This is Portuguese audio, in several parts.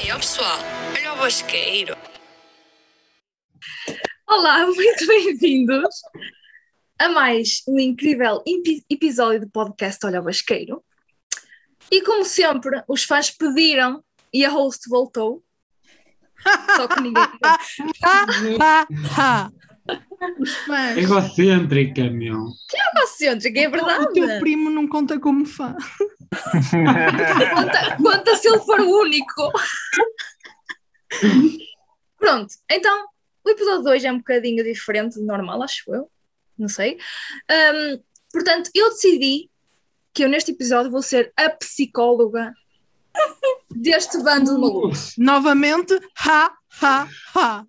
Ei, ó pessoal, olha o basqueiro. Olá, muito bem-vindos a mais um incrível impi- episódio do podcast Olha o Basqueiro. E como sempre, os fãs pediram e a host voltou. Só que ninguém. tá Ha, ha. Os É fãs. É Egocêntrica, meu. Egocêntrica, é O teu verdade. primo não conta como fã. Conta, conta se ele for o único. Pronto, então o episódio de hoje é um bocadinho diferente do normal, acho eu. Não sei. Ahm, portanto, eu decidi que eu neste episódio vou ser a psicóloga deste bando de malucos. Novamente, ha, ha, ha.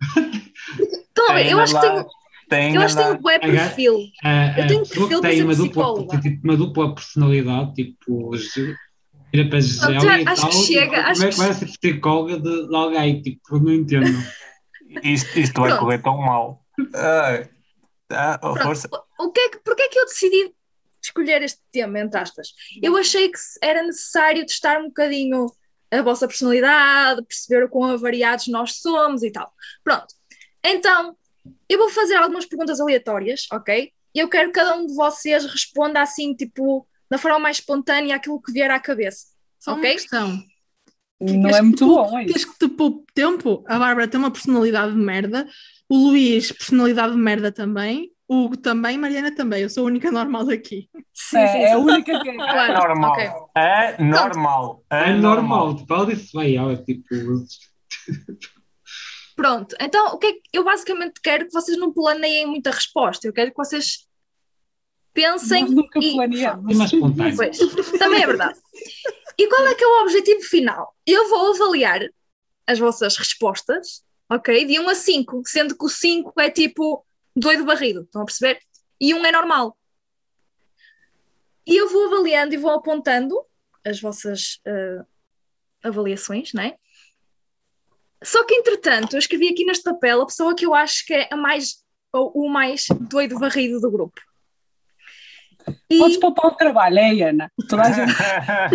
Estão a ver? Então, Eu Ainda acho que lá, tenho, tem eu acho que ainda tenho bué Agora- perfil. A, Eu a tenho pessoa perfil É, que para tem ser uma dupla, psicóloga. tipo, uma dupla personalidade, tipo, ge- vira para gel já- e acho tal. que chega, tipo, acho como é que que vai ser psicóloga de, de alguém? Tipo, não entendo. Isto, isto vai Pronto. correr tão mal. Ai, ah, oh, Pronto, força. o que é que, porque é que eu decidi escolher este tema, entre aspas? Eu achei que se- era necessário testar um bocadinho a vossa personalidade, perceber o quão variados nós somos e tal. Pronto, então eu vou fazer algumas perguntas aleatórias, ok? E eu quero que cada um de vocês responda assim, tipo, da forma mais espontânea, aquilo que vier à cabeça. Só Ok. uma questão. Não é muito bom Queres isso. que te poupe tempo? A Bárbara tem uma personalidade de merda. O Luís, personalidade de merda também. O Hugo também. Mariana também. Eu sou a única normal aqui. Sim, é, sim, é a sim. única que Claro, normal. ok. É normal. É normal, tipo, ela disse bem, ela tipo. Pronto, então o que é que- eu basicamente quero que vocês não planeiem muita resposta, eu quero que vocês pensem Nós nunca e É planeamos. mais espontânea. Pois, também é verdade. E qual é que é o objetivo final? Eu vou avaliar as vossas respostas, ok? De 1 a 5, sendo que o 5 é tipo doido barrido, estão a perceber? E 1 é normal. E eu vou avaliando e vou apontando as vossas eh, avaliações, não é? Só que, entretanto, eu escrevi aqui neste papel a pessoa que eu acho que é a mais, ou o mais doido barrido do grupo. E- Podes poupar o trabalho, é, Ana? Toda a gente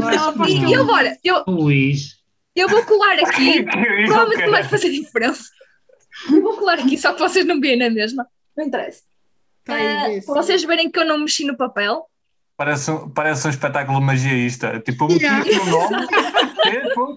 Ela um faz e que eu, eu- olha, eu, Luís. eu vou colar aqui, Isso, provavelmente não vai cara. fazer diferença. Eu vou colar aqui, só que vocês não é veem na mesma. Não interessa. Tá aí, Eh, vê-se. para vocês verem que eu não mexi no papel, Parece, um- parece um espetáculo de magia isto. É Tipo, eu meti Yeah. o teu nome. tipo,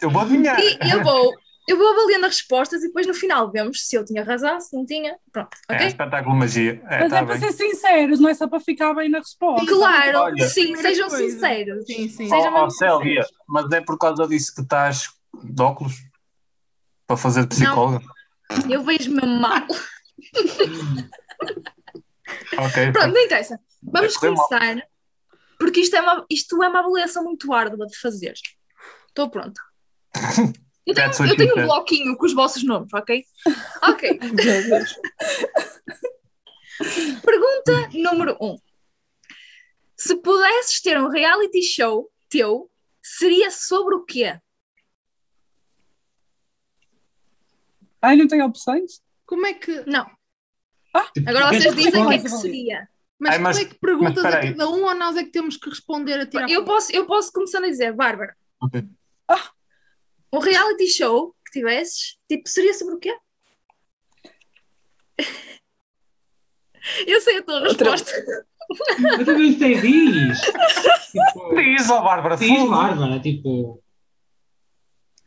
Eu vou adivinhar. e eu vou, eu vou avaliando as respostas e depois no final vemos se eu tinha razão, se não tinha. Pronto, É ok? espetáculo de magia. É, Mas tá é para bem. ser sinceros, não é só para ficar bem na resposta. claro, Olha, sim, primeira sejam coisa. sinceros. Sim, sim. Seja Ó, ó, mesmo Oh, Célia, mas é por causa disso que estás de óculos? Para fazer de psicóloga? Eu vejo-me mal. Ok. Pronto, não interessa. Vamos Correu mal. começar, porque isto é, uma, isto é uma avaliação muito árdua de fazer. Estou pronta. Eu tenho, That's what eu she tenho um said. bloquinho com os vossos nomes, ok? Ok. Pergunta número 1. Um. Se pudesses ter um reality show teu, seria sobre o quê? Ai, não tenho opções? Como é que... Não. Tipo, Agora vês vocês dizem o que é pessoas- que seria. Mas, Ai, mas- como é que perguntas mas a peraí. cada um ou nós é que temos que responder a tirar... Eu posso, eu posso começar a dizer, Bárbara. Ok. Ah. Um reality show que tivesses, tipo, seria sobre o quê? Eu sei a tua resposta. Eu também sei, diz. Tipo, Diz, ó Bárbara, diz, fogo. Bárbara, tipo.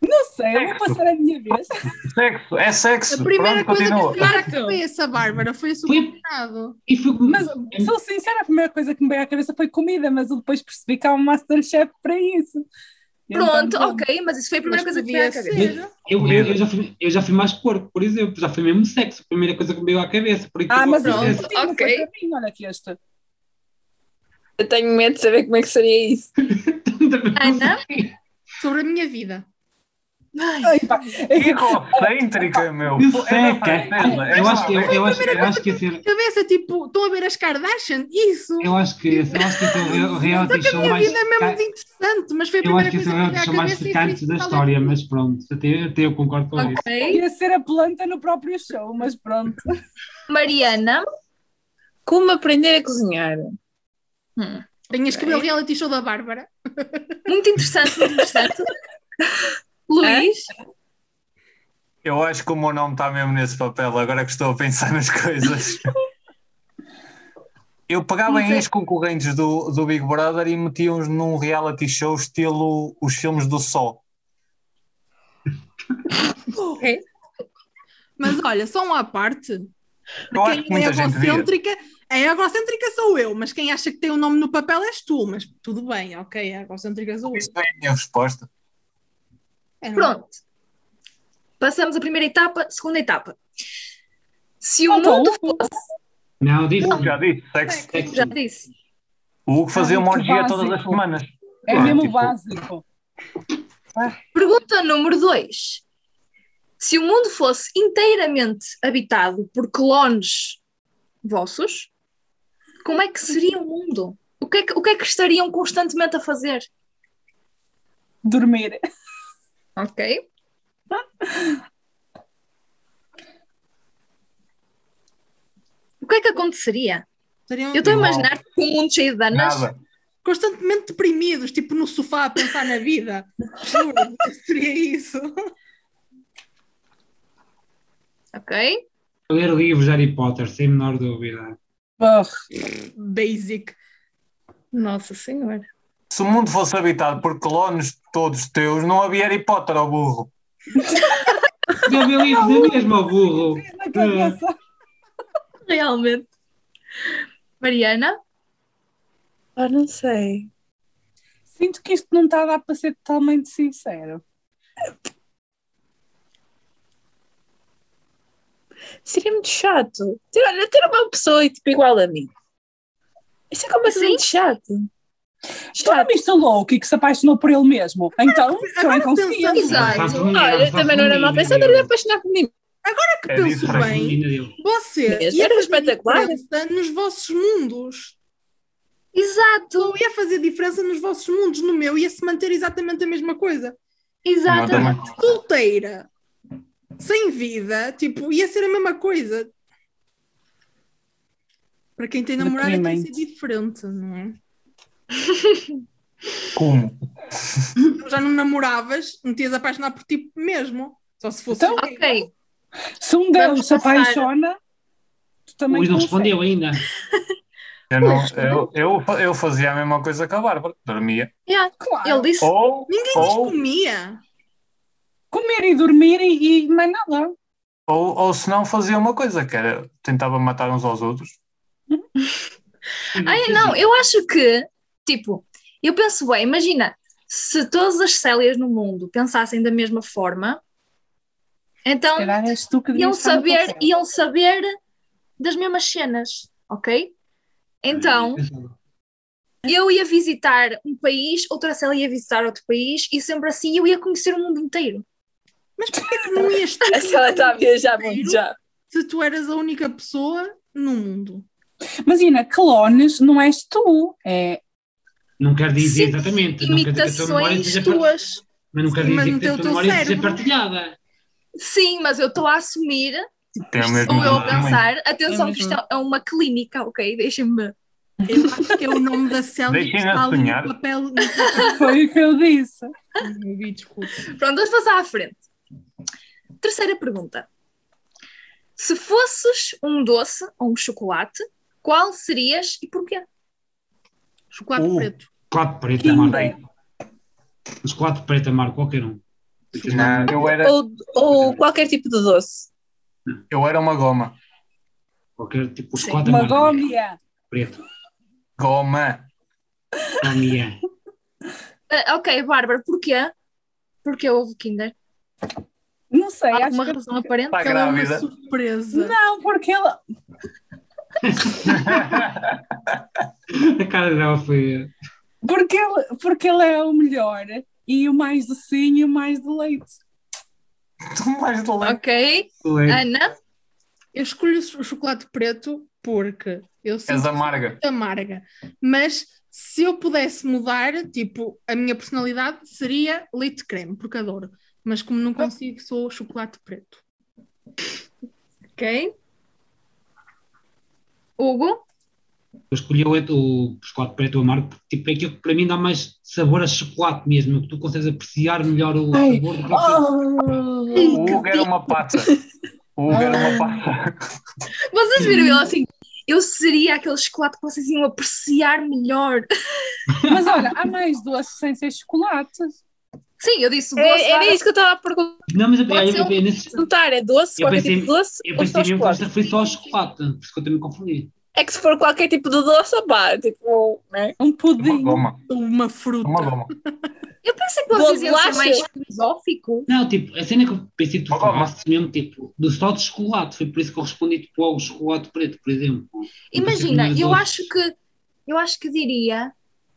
Não sei, eu vou passar a minha vez. Sexo, é sexo. A primeira Pronto, coisa que continua. se marca Marcam. foi essa, Bárbara. Foi esse o Foi- combinado. E foi como. Mas, sou sincera, a primeira coisa que me veio à cabeça foi comida, mas eu depois percebi que há um Masterchef para isso. E Pronto, então, ok, mas isso foi a primeira Mas coisa que me podia veio à cabeça. ser. Eu, eu, eu já fui, eu já fui mais porco, por exemplo, já fui mesmo sexo, a primeira coisa que me veio à cabeça. Por Ah, mas eu, eu Pronto, curti, não foi ok. para mim, olha aqui esta. Eu tenho medo de saber como é que seria isso. Ana, Sobre a minha vida. Ai, pá. é Egocêntrica, meu. É, Eu Pô, sei, não cara. entendo. Eu acho que eu, É eu acho, eu acho que ia ser. Cabeça, tipo, estão a ver as Kardashian? Isso! Eu acho que, eu acho que ia ser o re- Só reality que a show minha mais. vida é mesmo ca- interessante, mas foi a Eu primeira acho que ia coisa que me veio ser o à reality show mais cabeça e secante fui da falar. história, mas pronto, até, até eu concordo com isso. ok. Ia ser a planta no próprio show, mas pronto. Mariana, Como aprender a cozinhar? Hum. Tinhas que ver o reality show da Bárbara. Muito interessante, muito interessante. Luís, Eu acho que o meu nome está mesmo nesse papel, agora que estou a pensar nas coisas. Eu pegava é- em ex-concorrentes do, do Big Brother e metia-os num reality show estilo os filmes do Sol. Mas olha, só um à parte. Eu acho que quem é muita gente via. egocêntrica, a egocêntrica sou eu, mas quem acha que tem o nome no papel és tu, mas tudo bem, ok, a egocêntrica sou eu. É, Isso é a minha resposta. Era uma- pronto. Passamos a primeira etapa, segunda etapa. Se o Faltou mundo um. fosse, Não, disse. Já disse, sexo. Sexo. já disse, O Hugo fazia Ah, uma muito orgia todas as básico. semanas. É Claro, mesmo o tipo- básico. pergunta número 2. Se o mundo fosse inteiramente habitado por clones vossos, como é que seria o mundo? O que é que, o que, é que estariam constantemente a fazer? Dormir. Ok. O que é que aconteceria? Seriam Eu estou a Igual. imaginar com um mundo cheio de danas. Nada. constantemente deprimidos, tipo no sofá a pensar na vida. Juro, seria isso. Ok. Ler livros de Harry Potter, sem menor dúvida. Porra. Basic. Nossa Senhora. Se o mundo fosse habitado por clones todos teus, não havia Harry Potter ao burro. Já vi livros da mesma, burro. Na cabeça. Realmente. Mariana? Ah, não sei. Sinto que isto não está a dar para ser totalmente sincero. Seria muito chato. Ter, olha, ter uma pessoa tipo, igual a mim. Isso é completamente chato. Tu não Chato. viste o Loki que se apaixonou por ele mesmo? Então, sou agora inconsciente. pensando- Faz Exato. um Olha, eu também livro, faz não um era mal livro, pensado, era de livro. apaixonar por mim. Agora que É penso diferente. bem, Menina dele. você Mesmo, ia era fazer espetacular. diferença nos vossos mundos. Exato. Não ia fazer diferença nos vossos mundos, no meu ia se manter exatamente a mesma coisa. Exato. Exatamente. Solteira, sem vida, tipo, ia ser a mesma coisa. Para quem tem namorado, ia ter que ser diferente, não é? Como? Tu já não namoravas, não te ias apaixonar por ti mesmo. Só se fosse. Então, Ok. Se Vamos um deles se passar. apaixona, tu também Luís não consegues. respondeu ainda. Eu, não- eu- eu- eu fazia a mesma coisa que a Bárbara. Dormia. Yeah. Claro. Ele disse Ou, Mas ou, comia. Comer e dormir e, e mais nada. ou, ou se não fazia uma coisa, que era tentava matar uns aos outros. Ai, não, eu acho que, tipo, eu penso bem, imagina, se todas as Célias no mundo pensassem da mesma forma, então Se calhar és tu que iam devias estar no saber, papel. iam saber das mesmas cenas, ok? Então, eu ia visitar um país, outra Célia ia visitar outro país, e sempre assim eu ia conhecer o mundo inteiro. Mas porquê que não ias tu Essa ela está a viajar muito já. se tu eras a única pessoa no mundo? Mas Ina, clones não és tu. É, Não quer dizer Sim, exatamente. Não quer dizer que a tua memória Imitações seja partilhada. tuas. Mas não quer Sim, mas dizer no que a teu- tua teu memória seja cérebro. partilhada. Sim, mas eu estou a assumir, Tem É o mesmo um ou eu a tamanho. pensar, atenção mesmo. que isto é uma clínica, ok? Deixem-me. Eu acho que é o nome da Célia que Deixem-me está ali sonhar. no papel. No papel. foi o que eu disse. Eu vi, desculpa. Pronto, vamos passar à frente. Terceira pergunta. Se fosses um doce ou um chocolate, qual serias e porquê? Chocolate Uh. preto. Chocolate preto, Kinder. Marco. Mas Chocolate preto, Marco, qualquer um. Não, eu era, Ou, ou qualquer tipo de doce. eu era uma goma. Qualquer tipo de chocolate Uma amargo, gómia. preto. Goma. Gómia. Ah, ok, Bárbara, porquê? Porquê houve Kinder? Não sei, Há acho alguma que- razão aparente? Está Porque ela é uma Tá grávida. surpresa. Não, porque ela. A cara dela foi. Porque ele, porque ele é o melhor e o mais docinho e o mais de leite. Tu mais de leite. Ok. foi- Ana? Eu escolho o chocolate preto porque eu sinto És amarga. muito amarga. Mas se eu pudesse mudar, tipo, a minha personalidade seria leite creme, porque adoro. Mas como não consigo, sou chocolate preto. Ok. Hugo? Eu escolhi o, o chocolate preto amargo porque tipo, é aquilo que para mim dá mais sabor a chocolate mesmo, é que tu consegues apreciar melhor o Ai. sabor do próprio. Oh, O Hugo era uma pata. O Hugo era uma pata. Vocês viram ele assim? Eu seria aquele chocolate que vocês iam apreciar melhor. Mas olha, há mais doce sem ser chocolate. Sim, eu disse doce. é- vá- era isso que eu estava a perguntar. Não, mas eu, eu, Pode ser eu, um- é eu, nesse- É doce, Eu qualquer pensei- tipo de doce? eu ou só pensei mesmo que chocolate? esta foi só chocolate, por isso que eu também me confundi. É que se for qualquer tipo de doce, opá, tipo, né? Um Uma pudim. goma. Uma fruta. Uma goma. Eu pensei que vocês iam ser Bolacha. mais filosófico. Não, tipo, a cena que eu pensei que tu Uma goma. falaste mesmo, tipo, do só de chocolate, foi por isso que eu respondi tipo, ao chocolate preto, por exemplo. Imagina, Não, eu doce. acho que eu acho que diria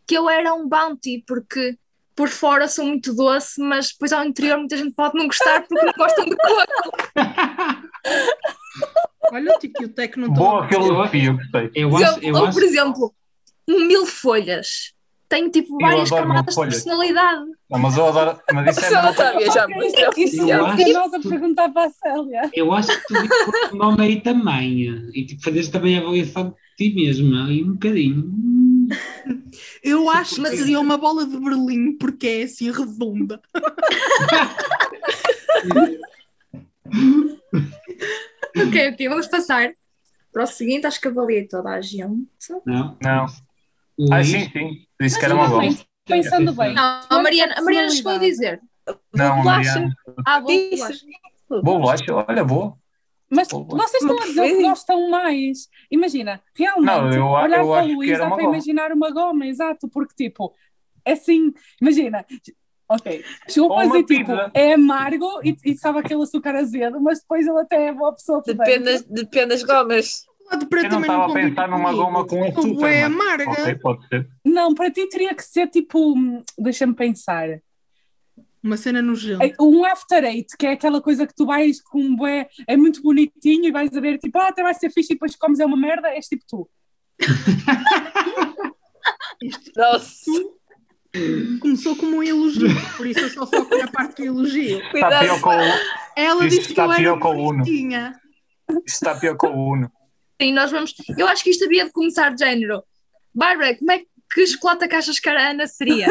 que eu era um bounty, porque por fora sou muito doce, mas depois ao interior muita gente pode não gostar porque não gostam de cor. Olha o tico e o teco não estão. Boa filosofia, eu gostei. Eu acho, eu Ou, acho, por exemplo, um mil folhas. Tenho tipo várias adoro mil camadas de folhas. personalidade. Não, mas eu adoro. Mas isso Isso eu é. não sabia já, mas isso é Ok, Isso Eu oficial. deve ser acho nós a que- perguntar para a Célia. eu acho que tu dizes o nome aí também, e tipo, fazes também a avaliação de ti mesma, aí um bocadinho. Eu acho que Mas- seria uma bola de Berlim porque é assim redonda. Ok, ok, vamos passar para o seguinte. Acho que avaliei toda a gente. Não? Não. O Ah, Luís, sim, sim. Disse que Mas era uma goma. realmente, Pensando bem. Não, a Mariana, a Mariana chegou a dizer. Não, Bolacha. Mariana. Ah, vou Isso. Boa bolacha, olha, boa. Mas Pô, vocês estão a dizer o que perfeito. gostam mais. Imagina, realmente, Não, eu a- olhar eu para acho o que Luís era dá uma para goma. imaginar uma goma, exato, porque tipo, é assim, imagina, ok, chegou Ou para uma dizer tipo, pizza. é amargo e, e sabe aquele açúcar azedo, mas depois ele até é boa pessoa por Depende dentro. das, depende das gomas. Chocolate preto Eu não também estava a combina pensar numa comigo. goma com açúcar. Ou é mano. amarga. Ok, pode ser. Não, para ti teria que ser tipo, hum, deixa-me pensar, Uma cena nojenta. É, um after eight, que é aquela coisa que tu vais com um bué, é muito bonitinho e vais a ver tipo, ah, até vai ser fixe e depois comes é uma merda, és tipo tu. Nossa, Começou como um elogio, por isso eu só foco na parte do elogio. Está cuidado. pior com o. Ela Isso disse que está eu era pior que o Uno. bonitinha. Isto está pior que o Uno. Sim, nós vamos. Eu acho que isto havia de começar de género. Bárbara, como é que chocolate a caixas cara a Ana seria?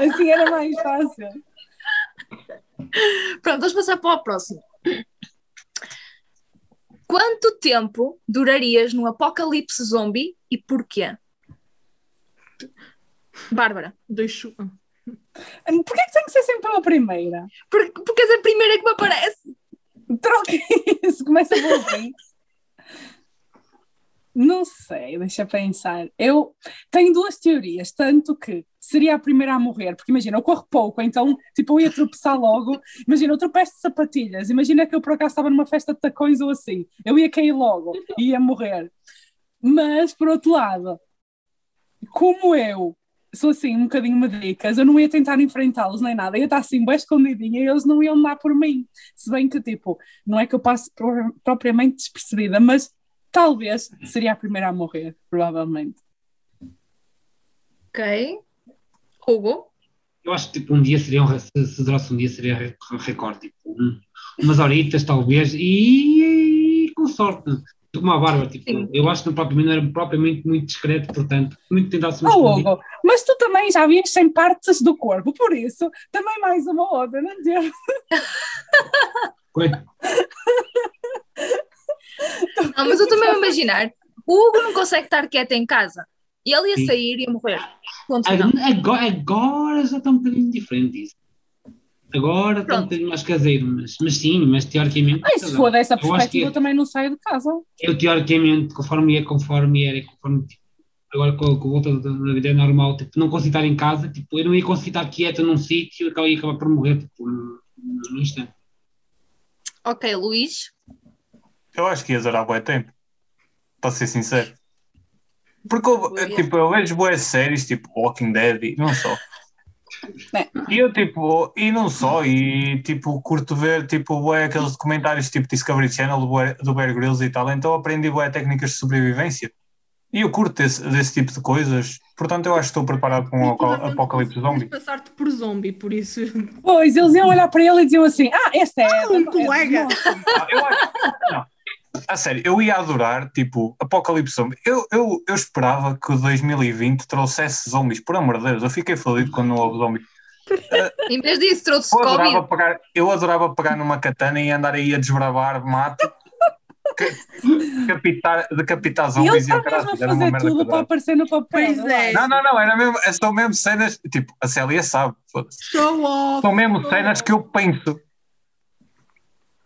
Assim era mais fácil. Pronto, vamos passar para o próximo. Quanto tempo durarias num apocalipse zombie e porquê? Bárbara. Deixo. Um Porquê é que tem que ser sempre pela primeira? Porque, porque és a primeira que me aparece. Troca isso, começa por aqui. Não sei, deixa pensar. Eu tenho duas teorias, tanto que seria a primeira a morrer, porque imagina, eu corro pouco, então tipo, eu ia tropeçar logo. Imagina, eu tropeço de sapatilhas, imagina que eu por acaso estava numa festa de tacões ou assim, eu ia cair logo, ia morrer. Mas, por outro lado, como eu sou assim um bocadinho medicas, eu não ia tentar enfrentá-los nem nada, ia estar assim bem escondidinha e eles não iam dar por mim. Se bem que, tipo, não é que eu passe pro- propriamente despercebida, mas talvez seria a primeira a morrer, provavelmente. Ok. Hugo. Eu acho que tipo, um dia seria um, re- se, se durasse um dia seria re- recorde, tipo, um- umas horitas talvez, e, com sorte, como a Bárbara, tipo, Sim. eu acho que no próprio Minho era propriamente muito discreto, portanto, muito tentasse Oh, Hugo, mas tu também já vives sem partes do corpo, por isso, também mais uma outra, não é? Não, mas eu também vou imaginar. O Hugo não consegue estar quieto em casa. E ele ia Sim. sair e ia morrer. Ponto final. agora, agora já está um bocadinho diferente isso. Agora está um Pronto. bocadinho mais caseiro, mas, mas sim, mas teoricamente. Ai, sei se lá. for dessa Eu acho perspectiva, que- eu também não saio de casa. Eu teoricamente, conforme é, conforme era, e conforme tipo, agora com, com a volta da da vida normal, tipo, não consigo estar em casa, tipo, eu não ia conseguir estar quieta num sítio e ia acabar por morrer tipo, num num instante. Ok, Luís. Eu acho que ia durar bué tempo, para ser sincero. Porque eu, eu, tipo, eu vejo boas séries tipo Walking Dead e não só. É. E eu tipo, e não só, e tipo, curto ver tipo bué, aqueles documentários tipo Discovery Channel do Bear, do Bear Grylls e tal, então aprendi bué, técnicas de sobrevivência. E eu curto desse, desse tipo de coisas, portanto eu acho que estou preparado para um é aco- apocalipse zombie. passar-te por zombie, por isso. Pois, eles iam olhar para ele e diziam assim: Ah, esta é. um colega. Ah, eu acho, não, a sério, eu ia adorar, tipo, Apocalipse Zombie. Eu, eu, eu esperava que o 2020 trouxesse zombies, por amor de Deus, eu fiquei fodido quando não houve zombies. Em vez disso, trouxe Eu Covid. adorava, pegar, eu adorava pegar numa katana e andar aí a desbravar mato, ca- capitar, decapitar E ele zombies e está o caralho, mesmo a era uma fazer merda que eu tudo para adorava. aparecer no papel. Pois olha lá. é. Não, não, não, era mesmo, são mesmo cenas, tipo, a Célia sabe, foda-se. Show off. são mesmo cenas que eu penso.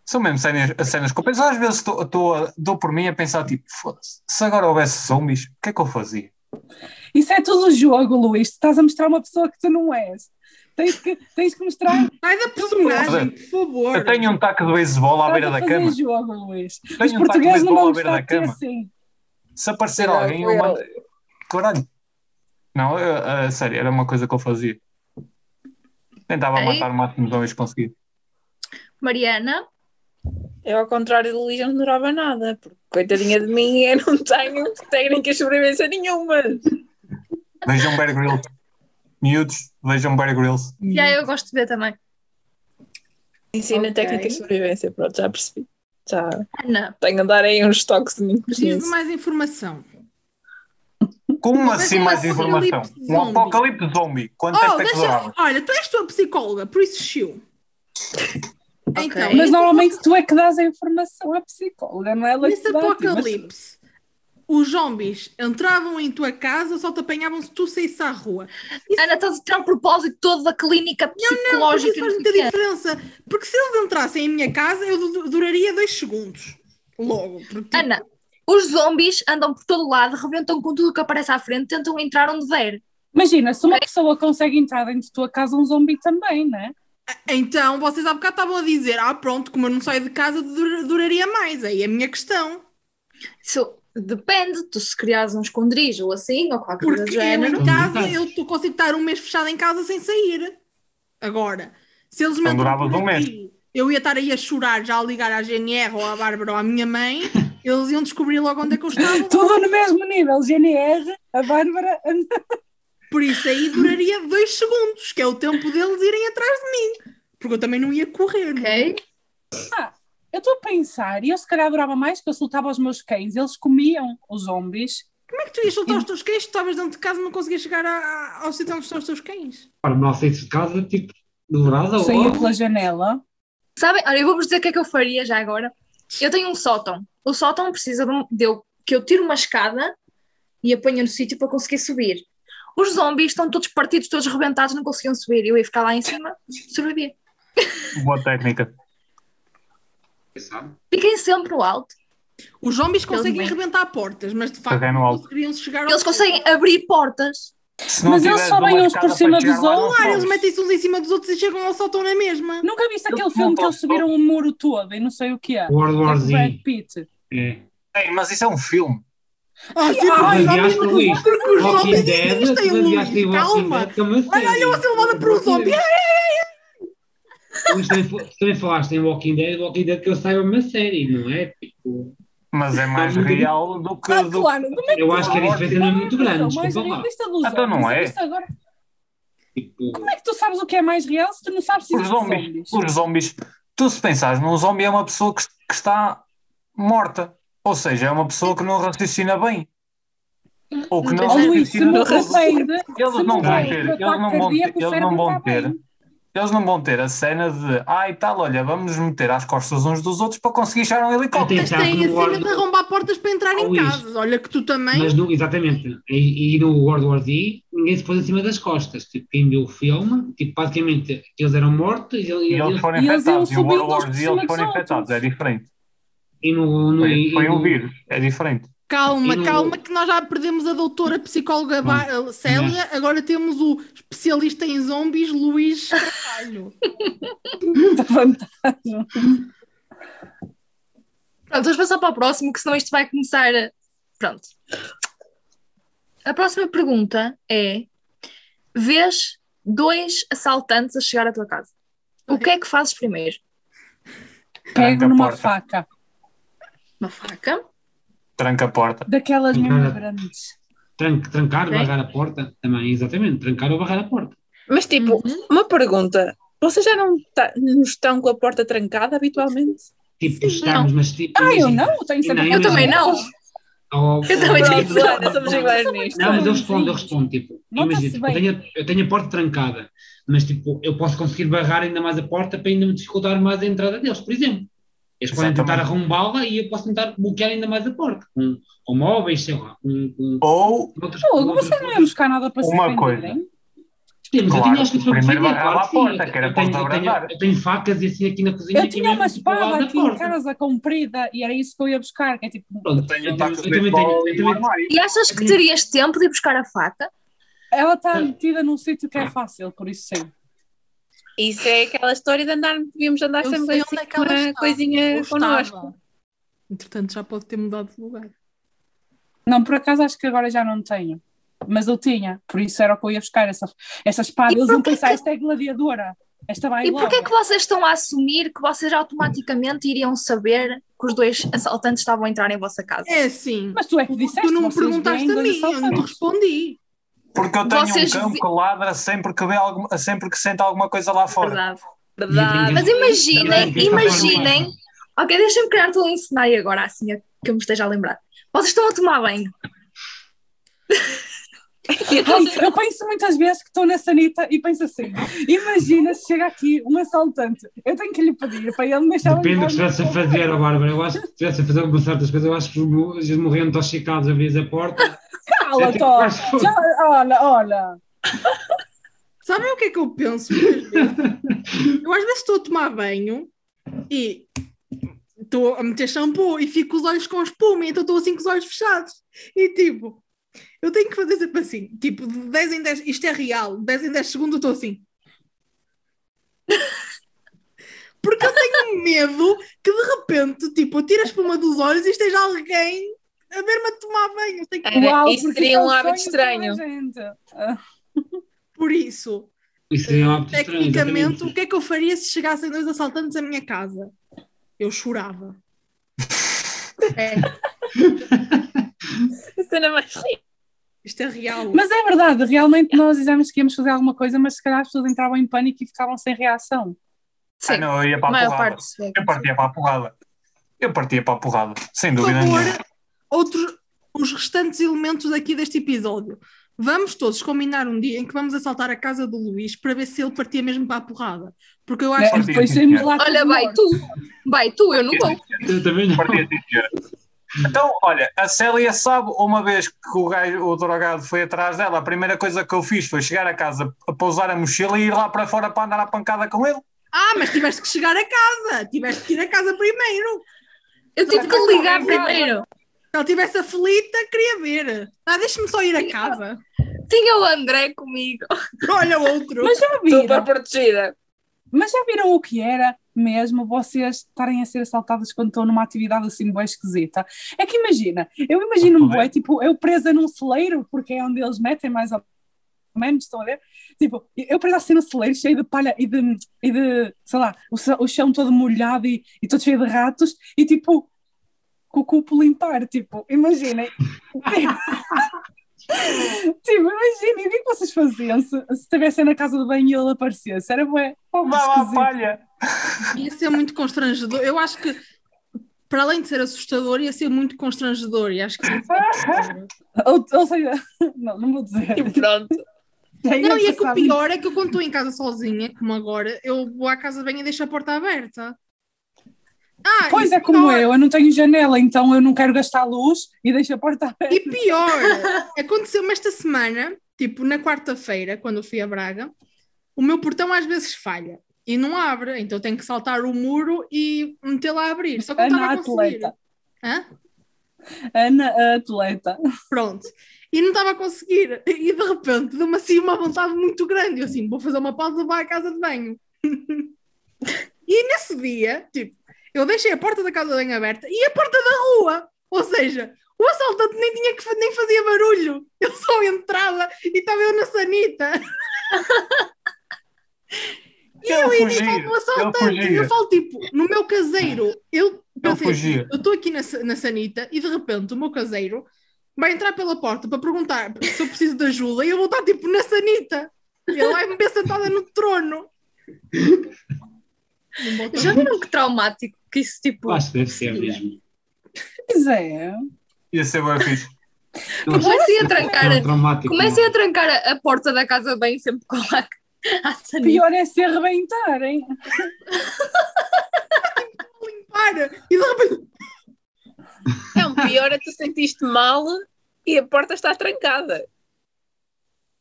São mesmo cenas, cenas que eu penso. Às vezes estou- estou a- dou por mim a pensar, tipo, foda-se, se agora houvesse zombies, o que é que eu fazia? Isso é tudo jogo, Luís. Tu estás a mostrar uma pessoa que tu não és. Tens que, tens que mostrar. Sai da personagem, por favor. Eu tenho um taco de beisebol à Estás beira a da fazer cama. jogo, Luís. Os Tenho um taco de portugueses não beisebol vão à beira gostar da de ti cama. assim. Se aparecer Não, alguém, eu eu- mando. Caralho. Não, eu- a sério, era uma coisa que eu fazia. Tentava Aí- matar o máximo de zombies que conseguia. Mariana, Eu, ao contrário de Luís, não durava nada. Porque, coitadinha de mim, eu não tenho técnicas de sobrevivência nenhuma. Vejam Bear Grylls. Miúdos, vejam Bear Grylls. já eu gosto de ver também. Ensina Ok. técnicas de sobrevivência, pronto, já percebi. Já Ana, tenho a dar aí uns toques de mim. Preciso de mais informação. Como Mas assim é um mais apocalipse informação? Um zombie. apocalipse zombie. Quanto Oh, tempo é que deixa... durava? Olha, tu és tua psicóloga, por isso chill. Então, Mas normalmente tu é que dás a informação à psicóloga, não é ela que nesse te dá a ti, mas- apocalipse, os zombies entravam em tua casa, só te apanhavam se tu saísse à rua. Ana, estás a tirar um propósito todo da clínica Porque psicológica. isso faz muita diferença. Porque se eles entrassem em minha casa, eu du- duraria dois segundos. Logo. Porque, tipo, Ana, os zombies andam por todo lado, rebentam com tudo o que aparece à frente, tentam entrar onde der. Imagina, se uma pessoa consegue entrar dentro da tua casa, um zombi também, né? Então, vocês há bocado estavam a dizer: ah, pronto, como eu não saio de casa, dur- duraria mais. Aí é a minha questão. Isso depende, tu se criares um esconderijo ou assim, ou qualquer coisa do é Porque eu género. em género. casa, eu tô- consigo estar um mês fechado em casa sem sair. Agora, se eles me Então entram duravas por um mês. aqui, eu ia estar aí a chorar, já a ligar à GNR ou à Bárbara ou à minha mãe, eles iam descobrir logo onde é que eu estava. Tudo no mesmo nível. GNR, a Bárbara. a- Por isso aí duraria dois segundos, que é o tempo deles irem atrás de mim. Porque eu também não ia correr. Ok? Eu estou a pensar, e eu se calhar durava mais que eu soltava os meus cães, eles comiam os zombies. Como é que tu ias soltar os teus cães? Tu estavas dentro de casa e não conseguias chegar a- a- ao sítio onde estão os teus cães. Ora, mal saísse de casa, tipo, oh, dobrada ou Saía pela janela. Sabem? Olha, eu vou-vos dizer o que é que eu faria já agora. Eu tenho um sótão. O sótão precisa de, um, de eu, que eu tire uma escada e apanhe no sítio para conseguir subir. Os zombies estão todos partidos, todos rebentados, não conseguiam subir. Eu ia ficar lá em cima, sobreviver. Boa técnica. sabe? Fiquem sempre no alto. Os zombies conseguem bem. rebentar portas, mas de facto Pegar no não alto. conseguiriam chegar ao Eles topo. conseguem abrir portas. Se não Mas eles tiveres sobem uma uns por escada cima para dos chegar lá, não outros. Claro, Ah, eles sobes. metem-se uns em cima dos outros e chegam ao saltão na mesma. Nunca viste aquele não filme que eles posso- subiram um muro todo e não sei o que é. World War Com o Brad Z. Pitt. É. Ei, mas isso é um filme. Ah, sim, Ai, os aliás, zombies não Luís, vão porque os Walking zombies Dead, existem, tu adiaste Luís. o Walking um Calma. Dead, como assim? Olha, olha, eu vou ser levada por um zombie. Luís, também fa- também falaste em Walking Dead, Walking Dead que eu saiba é uma série, não é? Tipo, Mas é mais real do que. Ah, do- claro. Como é que eu acho que a Walking diferença não é muito grande, mais desculpa lá. realista dos Então não zombies? é. Isto Agora, como Tipo, é que tu sabes o que é mais real se tu não sabes se Os existem zombies. Os zombies. Tu se pensares num zombie é uma pessoa que, que está morta. Ou seja, é uma pessoa que não raciocina bem. Ou que é. não Oh, Luís, se raciocina morrer tudo. bem, de- Eles se não vão morrer ter, de eles não ataque vão ter, cardíaco, o eles não cérebro vão está ter. bem. Eles não vão ter a cena de ai tal, olha, vamos nos meter às costas uns dos outros para conseguir chegar a um helicóptero. Mas têm a no cena World- de arrombar portas para entrar em Luís. casas. Olha que tu também. Mas no, exatamente, e, e no World War Z ninguém se pôs em cima das costas. Tipo, quem viu o filme, tipo, basicamente eles eram mortos e, E e- eles foram E eles iam infectados. E o subindo World uns War por Z cima eles dos foram outros. infectados. É diferente. e no, no, Foi, e, foi um no- vírus. É diferente. Calma, E no- calma, que nós já perdemos a doutora psicóloga Ba- eh, Célia. Agora temos o especialista em zombies, Luís Carvalho. Muita vantagem. Pronto, vamos passar para o próximo, que senão isto vai começar. a- Pronto. A próxima pergunta é: vês dois assaltantes a chegar à tua casa. O que é que fazes primeiro? Tranca Pego a numa porta. faca, Uma faca? Tranca a porta. daquelas mesmo Cara. grandes. tran- trancar, Ok. barrar a porta também, exatamente, trancar ou barrar a porta. Mas, Uhum. tipo, uma pergunta. Vocês já não, tá- não estão com a porta trancada habitualmente? Tipo, Sim, estamos, mas tipo. Ah, eu imagina. não, tenho sempre. Não, Eu também não. Oh, Eu também não, tenho não, Joana, somos não. iguais nisto. Não, mas eu Sim. respondo, eu respondo, tipo, imagina, Nota-se tipo, bem. eu, tenho, a- eu tenho a porta trancada, mas tipo, eu posso conseguir barrar ainda mais a porta para ainda me dificultar mais a entrada deles, por exemplo. Eles podem Exatamente. tentar arrombá-la e eu posso tentar bloquear ainda mais a porta, com, com móveis, sei lá, com, com, Ou, com outras Hugo, outras vocês não é iam buscar nada para se Uma defenderem? Sim, mas Claro, eu tinha as coisas para primeiro defender, barrava claro a que sim. porta, que era eu, para tenho, eu, tenho, desabradar. eu tenho facas e assim aqui na cozinha. Eu tinha mesmo, uma tipo, ao lado espada da aqui em porta. casa comprida e era isso que eu ia buscar, que é tipo, Pronto, tenho eu, tacos de também tenho, eu beisebol e um também armário. E achas que terias tempo de ir buscar a faca? ela está metida num sítio que é fácil, por isso sim. Isso é aquela história de andar, devíamos andar Eu sempre sei assim onde é que com ela uma está. coisinha connosco. Gostava. Entretanto, já pode ter mudado de lugar. Não, por acaso acho que agora já não tenho. Mas eu tinha, por isso era o que eu ia buscar essa, essa espada. E Eles iam porquê pensar, que- esta é gladiadora. Esta vai E logo. porquê é que vocês estão a assumir que vocês automaticamente iriam saber que os dois assaltantes estavam a entrar em vossa casa? É assim. Mas tu é que disseste. tu não me vocês perguntaste vêm a mim, dois eu não assaltantes. respondi. Porque eu tenho Vocês um cão vi- que ladra sempre que, vê algum, sempre que sente alguma coisa lá fora. é Verdade. Verdade. Mas é imaginem, Também. imaginem. Ok, deixem-me criar todo um cenário agora, assim, a- que eu me esteja a lembrar. Vocês estão a tomar banho. Ai, eu penso muitas vezes que estou na sanita e penso assim: imagina se chega aqui um assaltante, eu tenho que lhe pedir para ele me deixar Depende do entrar que estivesse a no- fazer, ó Bárbara. Eu acho que se estivesse a fazer algumas certas coisas, eu acho que os mo- eles morriam intoxicados, abrias a porta. Eu Cala-te! tenho ó. quase fogo. Já- Olha, olha. Sabem o que é que eu penso muitas vezes? Eu às vezes estou a tomar banho e estou a meter shampoo e fico com os olhos com espuma, então estou assim com os olhos fechados. E tipo, eu tenho que fazer sempre assim, tipo, de 10 em 10, isto é real, de 10 em 10 segundos eu estou assim. Porque eu tenho um medo que de repente, tipo, eu tire a espuma dos olhos e esteja alguém a ver-me a tomar banho. Eu tenho que- Era- Uau, isso porque seria é um hábito sonho de toda a estranho. gente. Por isso, Isso seria um hábito estranho, Tecnicamente, o exatamente. que é que eu faria se chegassem dois assaltantes à minha casa? Eu chorava. É, A cena mais rica. isto é real. Mas é verdade, realmente nós dizemos que íamos fazer alguma coisa, mas se calhar as pessoas entravam em pânico e ficavam sem reação. Sim, Ah, não, eu ia a para a maior porrada. parte. sim. Eu partia para a porrada. Eu partia para a porrada, sem Por dúvida favor, nenhuma. outros, os restantes elementos aqui deste episódio. Vamos todos combinar um dia em que vamos assaltar a casa do Luís para ver se ele partia mesmo para a porrada. Porque eu acho Né? Não. que E Depois saímos lá Olha, todos vai mortos. tu. Vai tu, eu não vou. Eu também não. Partia sem dinheiro. Então, olha, a Célia sabe, uma vez que o, gajo, o drogado foi atrás dela, a primeira coisa que eu fiz foi chegar a casa, a pousar a mochila e ir lá para fora para andar à pancada com ele. Ah, mas tiveste que chegar a casa. Tiveste que ir a casa primeiro. Eu tive que ligar primeiro. Se ele estivesse aflita, queria ver. Ah, deixa-me só ir a casa. Tinha o André comigo. Olha o outro. Mas já Super viram, protegida. mas já viram o que era mesmo vocês estarem a ser assaltadas quando estão numa atividade assim bem esquisita? É que imagina, eu imagino um boi, tipo, eu presa num celeiro, porque é onde eles metem mais ou menos, estão a ver? Tipo, eu presa assim no celeiro, cheio de palha e de, e de sei lá, o, chão- o chão todo molhado e, e todo cheio de ratos, e tipo, com o cupo limpar, tipo, imaginem. Tipo, imaginem, o que é que vocês faziam se, se estivessem na casa do banho e ele aparecesse? Era bué, pobre Dava a esquisito. palha. Ia ser muito constrangedor. Eu acho que, para além de ser assustador, ia ser muito constrangedor. E acho que Ah, ia ser Ou, ou seja, não, não vou dizer. E pronto. Já ia Tipo, Não, e é que o passar- pior é que eu, quando estou em casa sozinha, como agora, eu vou à casa de banho e deixo a porta aberta. Ah, Pois e é como pior- eu, eu não tenho janela, então eu não quero gastar luz e deixo a porta aberta. E pior, aconteceu-me esta semana, tipo na quarta-feira, quando eu fui a Braga, o meu portão às vezes falha e não abre, então tenho que saltar o muro e metê-lo a abrir. Só que eu Ana estava a conseguir. atleta. Hã? Ana a atleta. Pronto. E não estava a conseguir. E de repente deu-me assim uma vontade muito grande. Eu assim, vou fazer uma pausa, vou à casa de banho. e nesse dia, tipo, eu deixei a porta da casa de banho aberta e a porta da rua. Ou seja, o assaltante nem tinha que fa- nem fazia barulho. Ele só entrava e estava eu na sanita. E eu Ele ia falar fugia. com o assaltante. fugia. Eu falo, tipo, no meu caseiro, eu Ele pensei, fugia. eu estou aqui na, sa- na sanita e de repente o meu caseiro vai entrar pela porta para perguntar se eu preciso de ajuda e eu vou estar tipo na sanita. E ele vai me ver sentada no trono. Não vou estar- Já viram que traumático que isso, tipo. Ah, Acho que deve ser mesmo. Pois é. Ia ser bem fixe. Não, acho Comecem a que é trancar, um traumático. comecem a, trancar a, a porta da casa de banho sempre com a, a sanita. Pior é se arrebentarem. Para! E de repente. Não, pior é tu sentiste mal e a porta está trancada.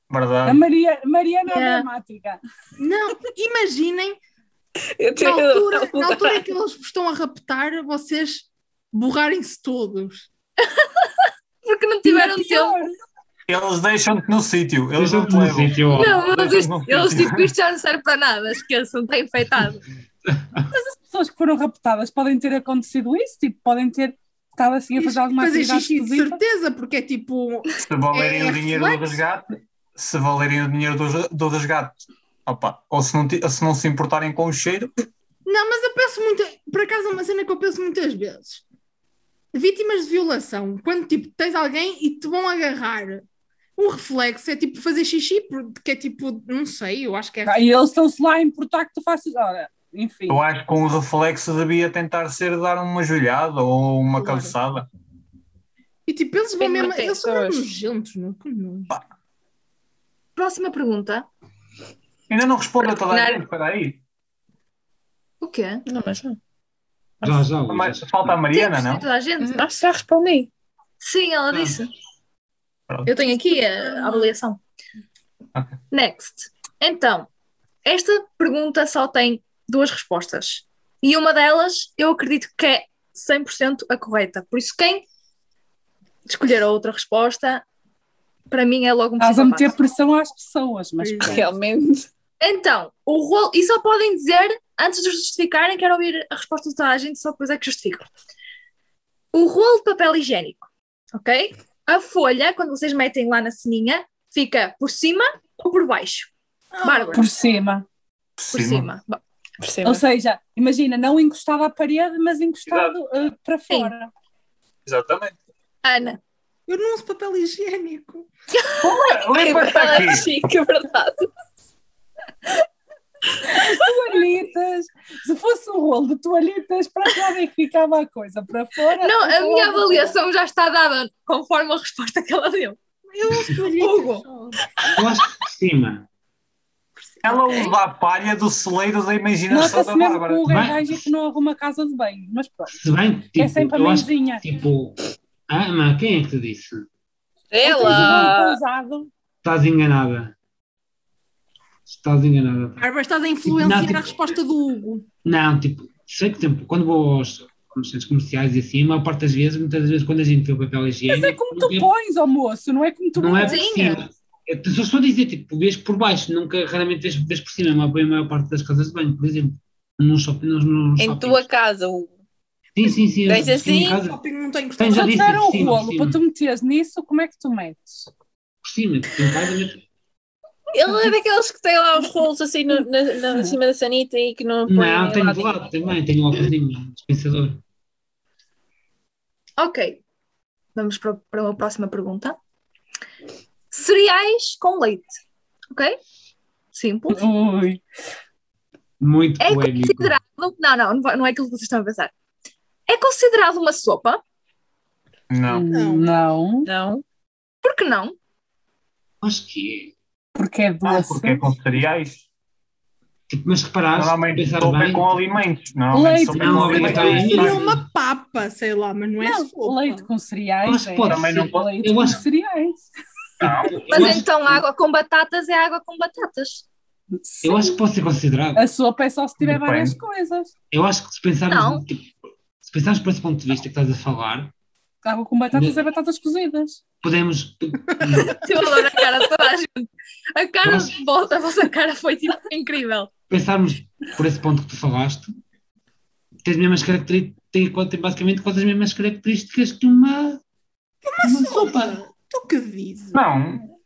A Verdade. Maria, Mariana é Yeah. dramática. Não, imaginem, Eu na tenho- altura, na altura em que eles vos estão a raptar, vocês borrarem-se todos. Porque não tiveram Ainda tempo. pior. Eles deixam-te no sítio. Eles não Deixa-me é te no levam. sítio, ó. Não, mas Deixa-me isto, no eles sítio. tipo, isto já não serve para nada, esqueçam, está infeitado. Mas as pessoas que foram raptadas podem ter acontecido isso, tipo, podem ter estado assim a fazer alguma Fazer atividade xixi de esquisita. certeza, porque é tipo. Se valerem É o dinheiro do reflexo. resgate, se valerem o dinheiro do, do resgate, opa, ou se não, ti- se não se importarem com o cheiro, Não, mas eu penso muito. Por acaso é uma cena que eu penso muitas vezes. Vítimas de violação, quando tipo tens alguém e te vão agarrar, o reflexo é tipo fazer xixi, porque é tipo, não sei, eu acho que é. Ah, E eles estão-se lá a importar que tu faças. Ora, enfim. eu acho que um reflexo devia tentar ser dar uma joelhada ou uma Claro. cabeçada. E tipo, eles vão Tem mesmo. muitas Eles são mesmo pessoas. nojentos, não? Que nojo. Próxima pergunta. Ainda não respondo a toda a Não. gente, espera aí. O quê? Não, mas não. Já, já. Mas já. falta a Mariana, Temos de não? toda a gente? Nossa, já respondi. Sim, ela disse. Pronto. Eu tenho aqui a, a avaliação. Ok. Next. Então, esta pergunta só tem duas respostas. E uma delas eu acredito que é 100% a correta. Por isso, quem escolher a outra resposta, para mim é logo um Estás a psicopata. meter pressão às pessoas, mas Pois é. pronto. Realmente. Então, o rolo. E só podem dizer, antes de justificarem, quero ouvir a resposta de toda a gente, só depois é que justificam. O rolo de papel higiênico, ok? A folha, quando vocês metem lá na ceninha, fica por cima ou por baixo? Bárbara, por cima. por cima. Ba- Percebo. Ou seja, imagina, não encostado à parede, mas encostado eh, para fora. Exatamente. Ana, Eu não uso papel higiênico. Limpa-te daqui. chique, é verdade. Toalhitas. Se fosse um rolo de toalhitas, para cá é que ficava a coisa? Para fora? um não, a para minha fora. avaliação já está dada conforme a resposta que ela deu. Eu uso toalhitas. só. Eu acho que por cima. Ela usa a palha do celeiro da imaginação da Nota-se mesmo que Bárbara. o Bem. gajo que não arruma a casa de banho, mas pronto. Se bem que, é tipo, sempre a eu acho que, mãezinha. tipo... Ah, mas quem é que te disse? Ela! Tens um rolo pousado. Estás enganada. Estás enganada. tá? Bárbara, estás a influenciar Não, tipo- a resposta do Hugo. Não, tipo, sei que tempo, quando vou aos aos centros comerciais e assim, a maior parte das vezes, muitas vezes quando a gente vê o papel higiênico. Mas é como tu não é- pões, ó moço, não é como tu Não é pões. por Sim. cima. Eu te- só estou a dizer, tipo, vês por baixo, nunca, raramente vês, vês por cima, mas põe a maior parte das casas de banho, por exemplo. Num shopping, nos, nos Em tua casa, Hugo. Sim, sim, sim. Deixa eu- sim, em assim. casa, Shopping não tem Se Tem gostado. já eu te disse, der um por cima, por rolo cima. para tu meteres nisso, como é que tu metes? por cima, tipo, em casa mesmo. Ele é daqueles que tem lá os rolos assim no, na, na, cima da sanita e que não põe Não, lá tenho de dentro. lado também, tenho lá cozinho, um dispensador. Ok. Vamos para, para uma próxima pergunta. Cereais com leite, ok? Simples. Ui. Muito É polémico. considerado. Não, não, não vai- não é aquilo que vocês estão a pensar. É considerado uma sopa? Não. Não. Não, Não. Por que não? Acho que porque é Ah, doce. porque é com cereais. é. Tipo, mas reparaste, Normalmente pensar sopa é bem, com alimentos. Normalmente Leite. sopa é Não, com obrigatoriamente. alimentos. Seria Não. uma papa, sei lá, mas não é Não, sopa. leite com Mas cereais. é. pode Também não ser. pode- Leite Eu com acho- cereais. Mas Eu acho- então água com batatas é água com batatas. Eu acho que pode ser considerado. A sopa é só se tiver Depende. várias coisas. Eu acho que se pensarmos, Não. tipo, se pensarmos por esse ponto de vista que estás a falar, Água com batatas Não. é batatas cozidas. podemos. Eu adoro a cara de toda a gente. A cara Nossa. de volta, a vossa cara foi tipo incrível. pensarmos por esse ponto que tu falaste, tem as mesmas características, tem, tem basicamente quase as mesmas características que uma. Uma Sopa. Tu que dizes? Não,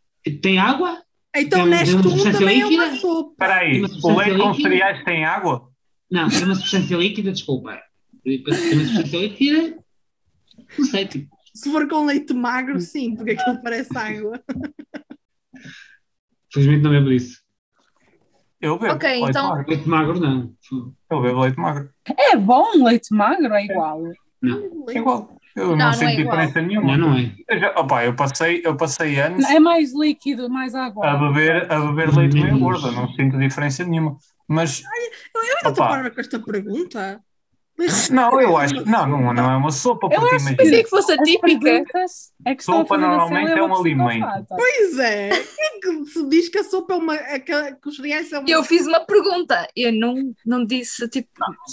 Tem água? Então, Temos- neste temos um substância também é uma líquida? sopa. espera aí. Uma O substância leite com líquida? cereais tem água? Não, tem uma substância líquida, desculpa. Tem uma substância líquida. Não sei, tipo. Se for com leite Hum. magro, sim, porque aquilo parece água. Felizmente não bebo isso. Eu bebo Ok, leite então- magro. Leite magro não. Eu bebo leite magro. É bom leite magro, é igual. É igual. Eu não, não é sinto igual. diferença nenhuma. Não, não é. Eu, já- opá, eu passei, eu passei anos É mais líquido, mais a água. beber, a beber leite meio Menos. gorda, não sinto diferença nenhuma. Mas Estou Opa. parva com esta pergunta. não, eu acho que não, não, não é uma sopa, Eu porque acho que imagina. Pensei que fosse a As típica. perguntas é que Sopa estão a fazer normalmente a é um Célia alimento. psicopata. Pois é. Quem que se diz que a sopa é uma. é que, a- que os reais são. Eu fiz uma pergunta, eu não, não disse, tipo,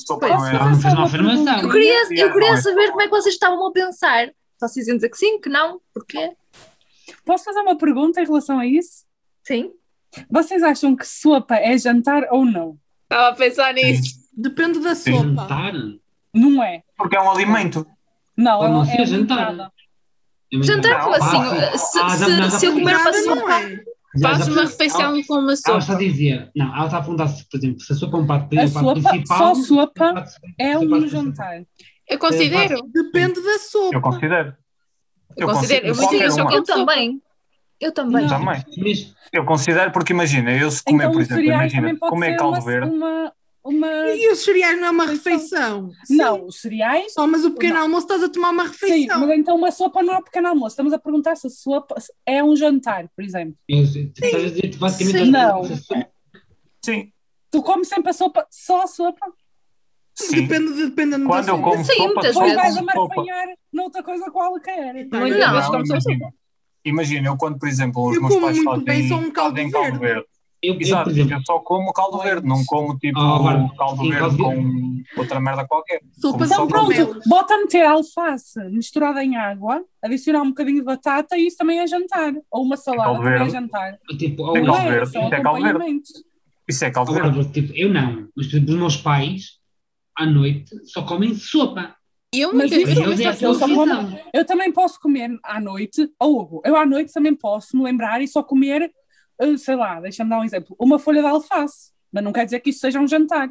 Sopa não Posso é. Não fazer fez só uma uma afirmação. eu pergunta? queria, eu queria Não. saber como é que vocês estavam a pensar. Só vocês iam dizer que sim, que não, porquê? Posso fazer uma pergunta em relação a isso? Sim. Vocês acham que sopa é jantar ou não? Estava a pensar nisso. Depende da Sim. sopa. Jantar? não é. Porque é um alimento. Não, Ou é, não uma- seja é jantar. jantada. Jantar como Não, assim? ah, Se, ah, se- não, não, se eu não, comer uma Nada não sopa, é. Já- Faz já- uma refeição com uma Ela está a sopa. dizer, não, ela está a perguntar se, por exemplo, se a sopa é um prato A é um prato sopa- principal. só sopa um prato- É um prato um principal. jantar. Eu considero. Depende da Eu sopa. considero. Eu considero, considero. eu vou sim, qualquer dizer, eu, uma. eu também. Eu também. Não. Também. Mas Eu considero porque imagina, eu se comer, então, é, por os exemplo, cereais imagina, também pode comer ser caldo uma, verde, uma, uma... E os cereais não é uma refeição. Não, os cereais... Só, mas o pequeno almoço estás a tomar uma Sim, refeição. mas então uma sopa não é pequeno almoço. Estamos a perguntar se a sopa é um jantar, por exemplo. eu- tu estás a dizer, basicamente, Sim. estás a Não. dizer se a sopa- sim, Tu comes sempre a sopa, só a sopa, sim. Depende, de- dependendo da Quando eu sopa. como Sim, sopa, muitas só depois vezes. vais a como sopa. marfanhar noutra coisa qualquer. Olha, Muitas Não. vezes como só sopa. imagina. Imagina, eu quando, por exemplo, os Eu meus como pais muito bem fazem, só um caldo fazem verde. caldo verde. Eu, eu, Exato, por exemplo, eu só como caldo verde, não como tipo Ah, agora, caldo sim, verde caldo com outra merda qualquer. Sopas Então são Então Só com pronto, cogumelos. bota a meter a alface misturada em água, adicionar um bocadinho de batata e isso também é jantar. Ou uma salada caldo também é verde. jantar. tipo, ao- É Não caldo é, verde, são isso é caldo verde. acompanhamentos. Isso é caldo verde. Agora, tipo, eu não, mas por exemplo, os meus pais, à noite, só comem sopa. E eu Mas muitas isso- vezes Eles é mas aquela eu só como- então. refeição. Eu também posso comer à noite, ou Hugo, eu à noite também posso me lembrar e só comer, eh, sei lá, deixa-me dar um exemplo, uma folha de alface. Mas não quer dizer que isso seja um jantar.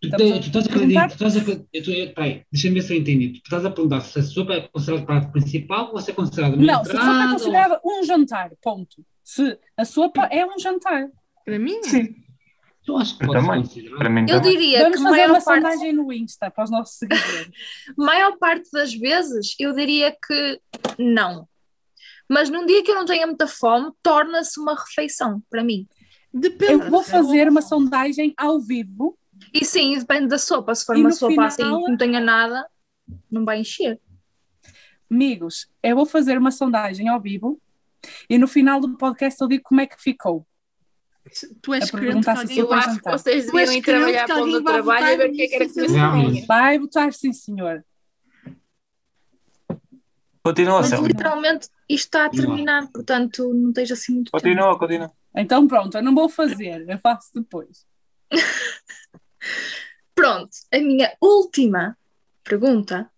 Tu Estamos te- a tu estás a perguntar- acreditar, tu estás a acreditar, eu estou- eu- peraí, deixa-me ver se eu entendi. Tu estás a perguntar se a sopa é considerada prato principal ou se é considerada uma Não, se a sopa é entrada, considerada um jantar, ponto. Se a sopa é um jantar. Para mim, é. ou- Eu acho que Eu pode É também. Para considerar. mim então. Eu também. diria é que Vamos fazer uma maior parte, sondagem no Insta para os nossos seguidores. maior parte das vezes eu diria que não. Mas num dia que eu não tenha muita fome, torna-se uma refeição para mim. depende. Eu vou da fazer sopa. uma sondagem ao vivo. E sim, depende da sopa. Se for E uma no sopa final- assim que não tenha nada, não vai encher. Amigos, eu vou fazer uma sondagem ao vivo e no final do podcast eu digo como é que ficou. Tu és a crente que perguntar se alguém sou eu para acho que jantar. vocês Tu és deviam ir crente trabalhar que para o alguém meu vai trabalho e votar ver o que é que era nisso, comer isso é sozinha. realmente. Vai votar sim, senhor. Continua, Mas Célia. literalmente isto está a terminar, portanto não tens assim muito tempo. Continua, continua. Então pronto, eu não vou fazer, eu faço depois. Pronto, a minha última pergunta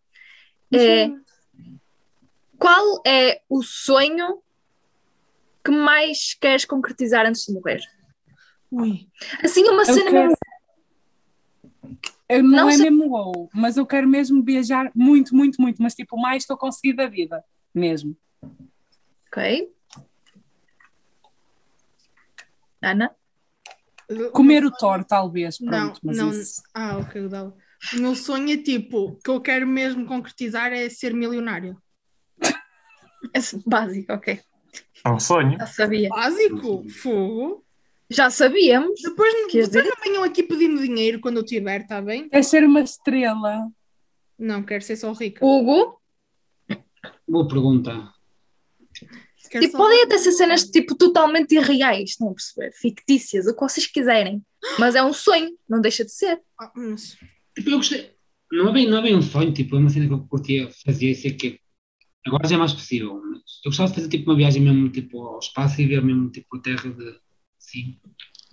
é: qual é o sonho que mais queres concretizar antes de morrer? Ui. Assim, uma Eu cena quero- mesmo. Eu não, Não é sei- mesmo wow, mas eu quero mesmo viajar muito, muito, muito, mas tipo o mais que eu consegui da vida, mesmo. Ok. Ana? Comer o Thor, talvez, Não, pronto, mas não. isso. Ah, ok, eu dava. O meu sonho é tipo, que eu quero mesmo concretizar é ser milionário. É básico, ok. É um sonho. Já sabia. Básico, fogo. Já sabíamos. Depois, Queres depois não venham aqui pedindo dinheiro quando eu tiver, está bem? Quer ser uma estrela? Não, quero ser só rica. Hugo. Boa pergunta. Quero Tipo, só- podem até ser cenas tipo, totalmente irreais, estão a perceber? Fictícias, o que vocês quiserem. Mas é um sonho, não deixa de ser. Ah, mas- Tipo, eu gostei. Não é, bem, não é bem um sonho, tipo, é uma cena que eu curtia fazer, sei que agora já é mais possível, mas eu gostava de fazer tipo uma viagem mesmo tipo, ao espaço e ver mesmo tipo a Terra de sim.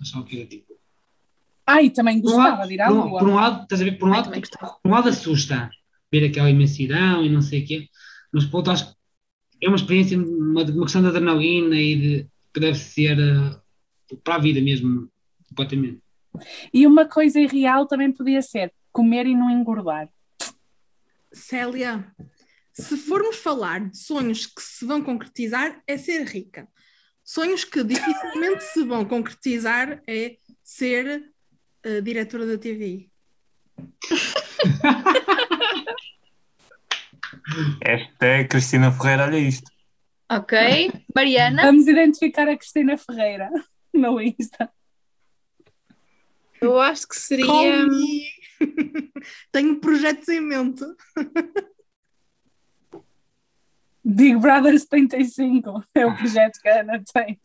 Achava que era tipo. Ai, também Por um gostava lado, de ir à por um- lua. por um lado, estás a ver, por um Ai, lado, também tipo, por um lado assusta ver aquela imensidão e não sei o quê, mas por outro acho que é uma experiência, uma, uma questão de adrenalina e de que deve ser eh, para a vida mesmo, completamente. E uma coisa irreal também podia ser comer e não engordar. Célia, se formos falar de sonhos que se vão concretizar, é ser rica. Sonhos que dificilmente se vão concretizar é ser eh, diretora da TV. Esta é Cristina Ferreira, olha isto. Ok. Mariana, Vamos identificar a Cristina Ferreira no Insta. Eu acho que Call seria. me. Tenho projetos em mente. Big Brother 75 é o projeto que a Ana tem.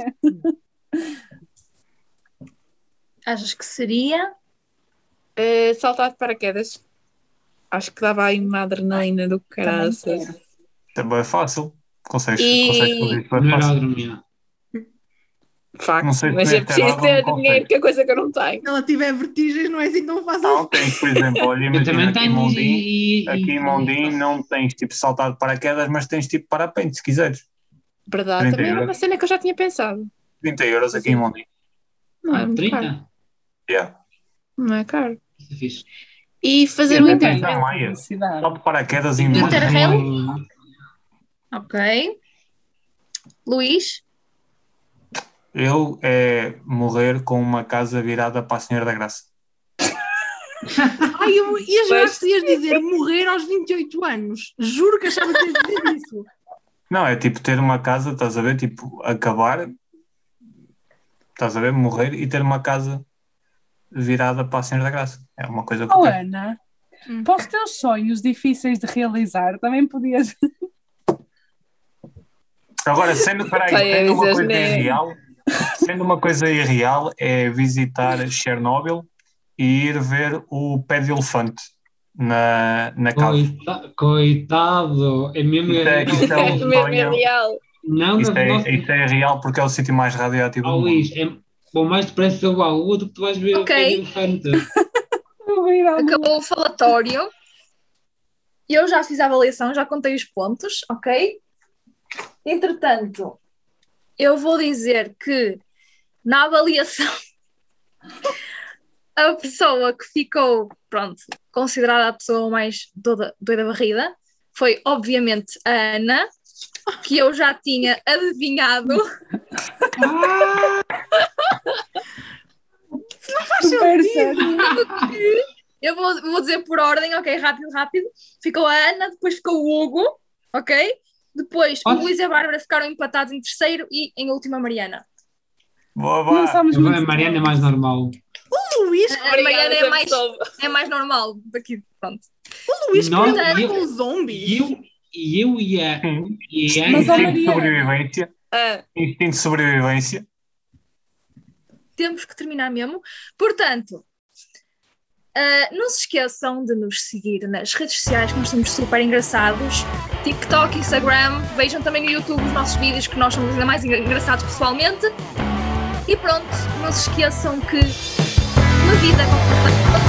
achas que seria? eh, saltar de paraquedas. Acho que dava aí uma adrenalina do Também caraças. quero. Também é fácil. Consegues, E- consegues fazer isso, Não é era fácil. dormir. Facto. Não sei se Mas tem é preciso até lá ter algum dinheiro, que é coisa que eu não tenho. Se ela tiver vertigens, não é assim tão fácil. Não tens, por exemplo, olha, Eu imagina também aqui em tenho. Mondim. e- e- Aqui e- em Mondim não tens tipo saltar de paraquedas, mas tens tipo parapente, se quiseres. Verdade, 30 também era euros. uma cena que eu já tinha pensado. 30 euros aqui em Mondim. Não Ah, Uhum, é muito caro. 30? Yeah. Não é caro. Isso é fixe. E fazer Eu um até evento. pensava- Maia. Publicidade. Só de paraquedas em Mondim. Interrail? Não, Ok. Luís, Eu é morrer com uma casa virada para a Senhora da Graça. Ai, eu ia jurar Mas- que tu ias dizer morrer aos 28 anos. Juro que achava que ias dizer isso. Não, é tipo ter uma casa, estás a ver? Tipo, acabar, estás a ver? Morrer e ter uma casa virada para a Senhora da Graça. É uma coisa que eu Oh, quero. Ana, Hum. para os teus sonhos difíceis de realizar, também podias. Agora, sendo, peraí, Pai, sendo uma dizes coisa mesmo. irreal, sendo uma coisa irreal é visitar Chernobyl e ir ver o pé de elefante na, na cave. coita- Coitado. É mesmo. Isto é- isto é um Mesmo é sonho. real. Não, Isto não, não. é, isto é real porque é o sítio mais radioativo do Oh, mundo. Luís, é bom mais depressa eu vou à lua do que é tu vais ver o Ok. pé de elefante. Eu ir ao- acabou o falatório. Eu já fiz a avaliação, já contei os pontos, ok? Entretanto, eu vou dizer que na avaliação a pessoa que ficou, pronto, considerada a pessoa mais doida, doida barrida foi, obviamente, a Ana, que eu já tinha adivinhado. Super sério. Eu vou, vou dizer por ordem, ok? Rápido, rápido. Ficou a Ana, depois ficou o Hugo, ok? Depois o Olha. Luís e a Bárbara ficaram empatados em terceiro e em última a Mariana. Boa, Não vá. somos A muito Mariana é mais normal. Luís, A Mariana é Obrigada, mais, pessoal. é mais normal daqui, pronto. Luís Não, que eu- com zombies. E eu, e eu e a. Sim. E a Mas, Instinto ó, de Mariana. sobrevivência. Ah, Instinto de sobrevivência. Temos que terminar mesmo. Portanto, ah, não se esqueçam de nos seguir nas redes sociais, que nós somos super engraçados. TikTok, Instagram, vejam também no YouTube os nossos vídeos, que nós somos ainda mais engra- engraçados pessoalmente. E pronto, não se esqueçam que uma vida com